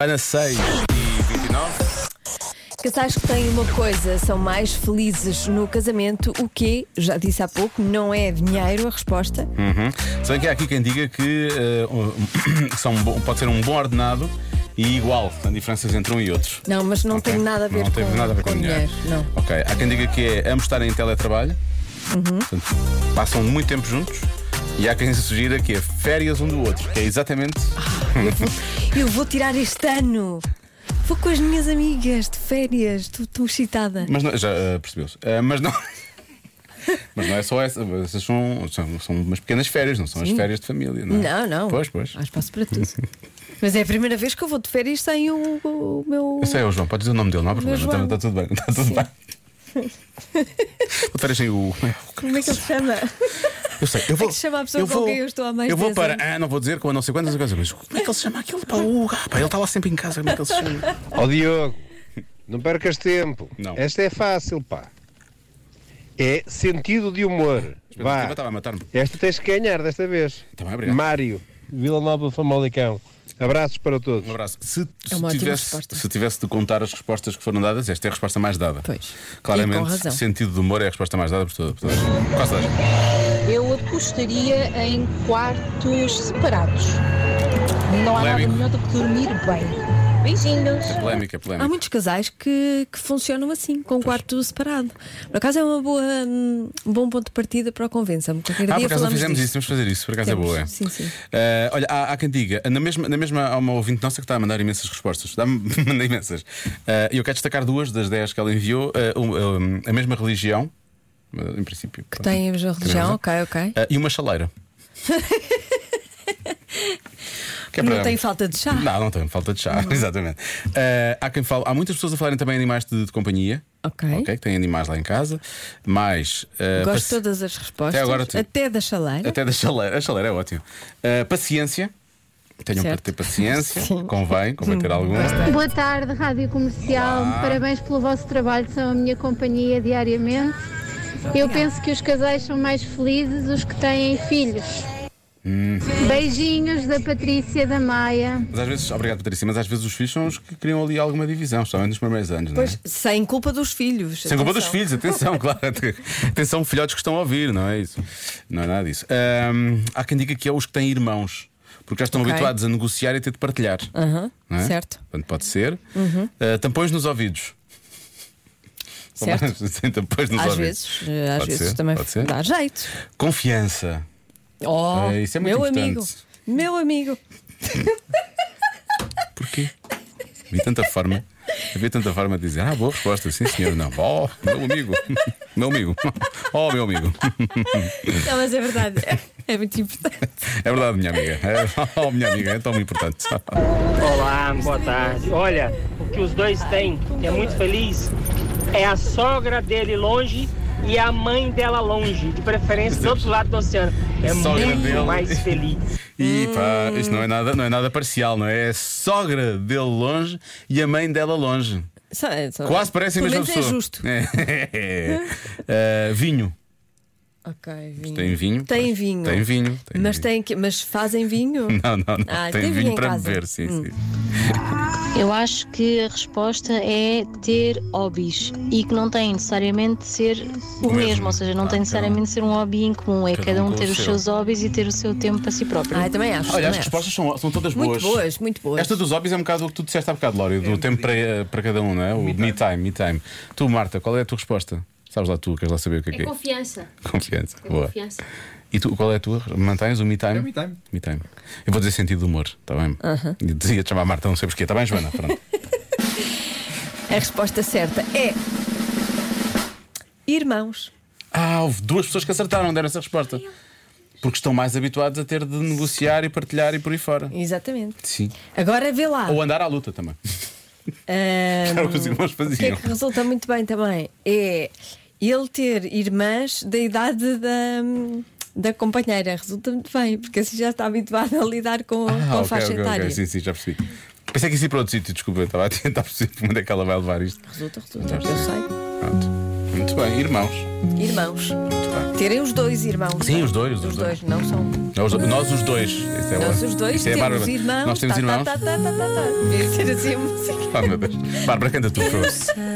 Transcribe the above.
Ana 6 e 29. Casais que têm uma coisa, são mais felizes no casamento, o quê? Já disse há pouco, não é dinheiro a resposta. Uhum. Se bem que há aqui quem diga que eh, um- são um bom- pode ser um bom ordenado e igual, tem diferenças entre um e outro. Não, mas não tem nada a ver não tem com- nada a ver com com, dinheiro. dinheiro, não. Ok, há quem diga que é ambos estarem em teletrabalho, Uhum. portanto, passam muito tempo juntos. E há quem sugira que é férias um do outro, que é exatamente. Eu vou tirar este ano. Vou com as minhas amigas de férias, estou tão excitada. Mas não, já eh, percebeu-se. Eh, mas não. Mas não é só essa, essas são, são, são umas pequenas férias, não são as férias de família, não é? Não, não. Pois, pois. Há espaço para tudo. mas é a primeira vez que eu vou de férias sem o, o meu. Eu sei, é o João, pode dizer o nome dele, não há problema, João. está, está tá tudo bem, está tudo bem. Vou sem o. Como é que ele se chama? Eu sei, eu vou. É que se chama a pessoa com quem eu estou há mais Eu vou 10 para. anos. Ah, não vou dizer com a não sei quantas coisas, mas como é que ele se chama aquele pá, o pá, Ele está lá sempre em casa, como é que ele se chama? Ó Diogo, não percas tempo. Não. Esta é fácil, pá. É sentido de humor. Eu Vá. estava a matar-me. Esta tens que ganhar desta vez. Tá bem, obrigado. Mário, Vila Nova Famalicão. Abraços para todos. Um abraço. Se, É uma se ótima tivesse, resposta. se tivesse de contar as respostas que foram dadas, esta é a resposta mais dada. Pois. Claramente, E com razão. sentido de humor é a resposta mais dada por toda- por todas. Quase todas. Eu apostaria em quartos separados. Não há Polémico. nada melhor do que dormir bem. Beijinhos. Polémica, polémica. Há muitos casais que, que funcionam assim, com um quarto separado. Por acaso é uma boa, hum, um bom ponto de partida para o convença-me. Qualquer Ah, por dia acaso não falamos fizemos disto. isso, temos que fazer isso, por acaso Temos, é boa. é. sim, sim. Eh, olha, há, há quem diga, na mesma, na mesma há uma ouvinte nossa que está a mandar imensas respostas, dá manda imensas. Eh, E eu quero destacar duas das dez que ela enviou, eh, um, um, a mesma religião, eh, em princípio. Que tem a mesma religião, ok, ok. Eh, e uma chaleira. Que é Não para- tem falta Ah. de chá. Não, não tem falta de chá, exatamente. Eh, há, quem fala, há muitas pessoas a falarem também de animais de, de companhia, Ok. ok? Que têm animais lá em casa, mas. eh, Gosto de paci- todas as respostas. Até agora tu- até da chaleira. Até da chaleira. A chaleira é ótimo. Uh, paciência. Tenham para Certo. ter paciência. Sim. Hum, Convém, convém ter alguma. Boa tarde, Rádio Comercial. Olá. Parabéns pelo vosso trabalho, são a minha companhia diariamente. Eu penso que os casais são mais felizes os que têm filhos. Beijinhos da Patrícia da Maia. Mas às vezes, obrigado Patrícia, mas às vezes os filhos são os que criam ali alguma divisão, especialmente nos primeiros anos, não é? Pois, sem culpa dos filhos. Sem culpa dos atenção. filhos, atenção, claro. Atenção, filhotes que estão a ouvir, não é isso? Não é nada disso. Ahm, há quem diga que é os que têm irmãos, porque já estão Ok. habituados a negociar e a ter de partilhar. Aham, não é? Certo. Uhum. Portanto, pode ser. Ah, tampões nos ouvidos. Certo. Sem tampões nos Às ouvidos. vezes, eh, às Pode vezes ser, também pode ser. dá jeito. Confiança. Oh, É, isso é muito meu importante. amigo, meu amigo. Porquê? Havia tanta forma. Havia tanta forma de dizer, ah, boa resposta, sim senhor, não. Oh, meu amigo, meu amigo, oh, meu amigo. Não, mas é verdade, é, muito importante. É verdade, minha amiga. É, oh, minha amiga, é tão importante. Olá, boa tarde. Olha, o que os dois têm, que é muito feliz, é a sogra dele longe e a mãe dela longe, de preferência do outro lado do oceano. É Sogra muito dele. mais feliz. E pá, isto não é nada, não é nada parcial, não é? É a sogra dele longe e a mãe dela longe. Quase parecem a é Pelo mesma menos pessoa. é justo. É. Ah, vinho. Ok, vinho. Tem vinho? Tem Pois. vinho. Tem vinho. Tem Mas, vinho. tem que, mas fazem vinho? Não, não, não. Ah, tem, tem vinho vinho em para casa. beber, sim, sim. Eu acho que a resposta é ter hobbies e que não tem necessariamente de ser o, O mesmo. mesmo. ou seja, não Ah, tem necessariamente de ser um hobby em comum, é cada cada, um um com ter o os seu. seus hobbies e ter o seu tempo para si próprio. Ah, também Olha, acho. as também acho. respostas são, são todas Muito boas, muito boas. Esta dos hobbies é um bocado o que tu disseste há bocado, Lório, do tempo para, para cada um, não é? O É um me time, me time. Tu, Marta, qual é a tua resposta? Sabes lá tu, queres lá saber o que é que é? Confiança. Confiança. É Boa. confiança. E tu, qual é a tua? Mantens o me time? É me time. Me time. Eu vou dizer sentido de humor, está bem? Eu Dizia-te chamar Marta, não sei porquê. Está bem, Joana? Pronto. A resposta certa é. Irmãos. ah, houve duas pessoas que acertaram, deram essa resposta. Porque estão mais habituados a ter de negociar e partilhar e por aí fora. Exatamente. Sim. Agora vê lá. Ou andar à luta também. Ahm, Era o que os irmãos o que é faziam. que resulta muito bem também é ele ter irmãs da idade da, da companheira. Resulta muito bem, porque assim já está habituado a lidar com, com a Ah, ok, faixa ok, ok. etária. Sim, sim, já percebi. Pensei que isso ia para outro sítio, desculpa, eu estava a tentar perceber onde é que ela vai levar isto. Resulta, resulta, eu sei. Pronto. Muito bem, irmãos. Irmãos. Muito bem. Terem os dois irmãos. Sim, não é? os dois, os dois. dois. não são. Nós, nós os dois. Isso é Nós ótimo. os dois Isso é temos Bárbara. irmãos. Nós temos Tá, irmãos. Ah, Tá, tá, tá, tá, tá. Devia ser assim a música. Oh, meu Deus. Bárbara, canta tu, por favor.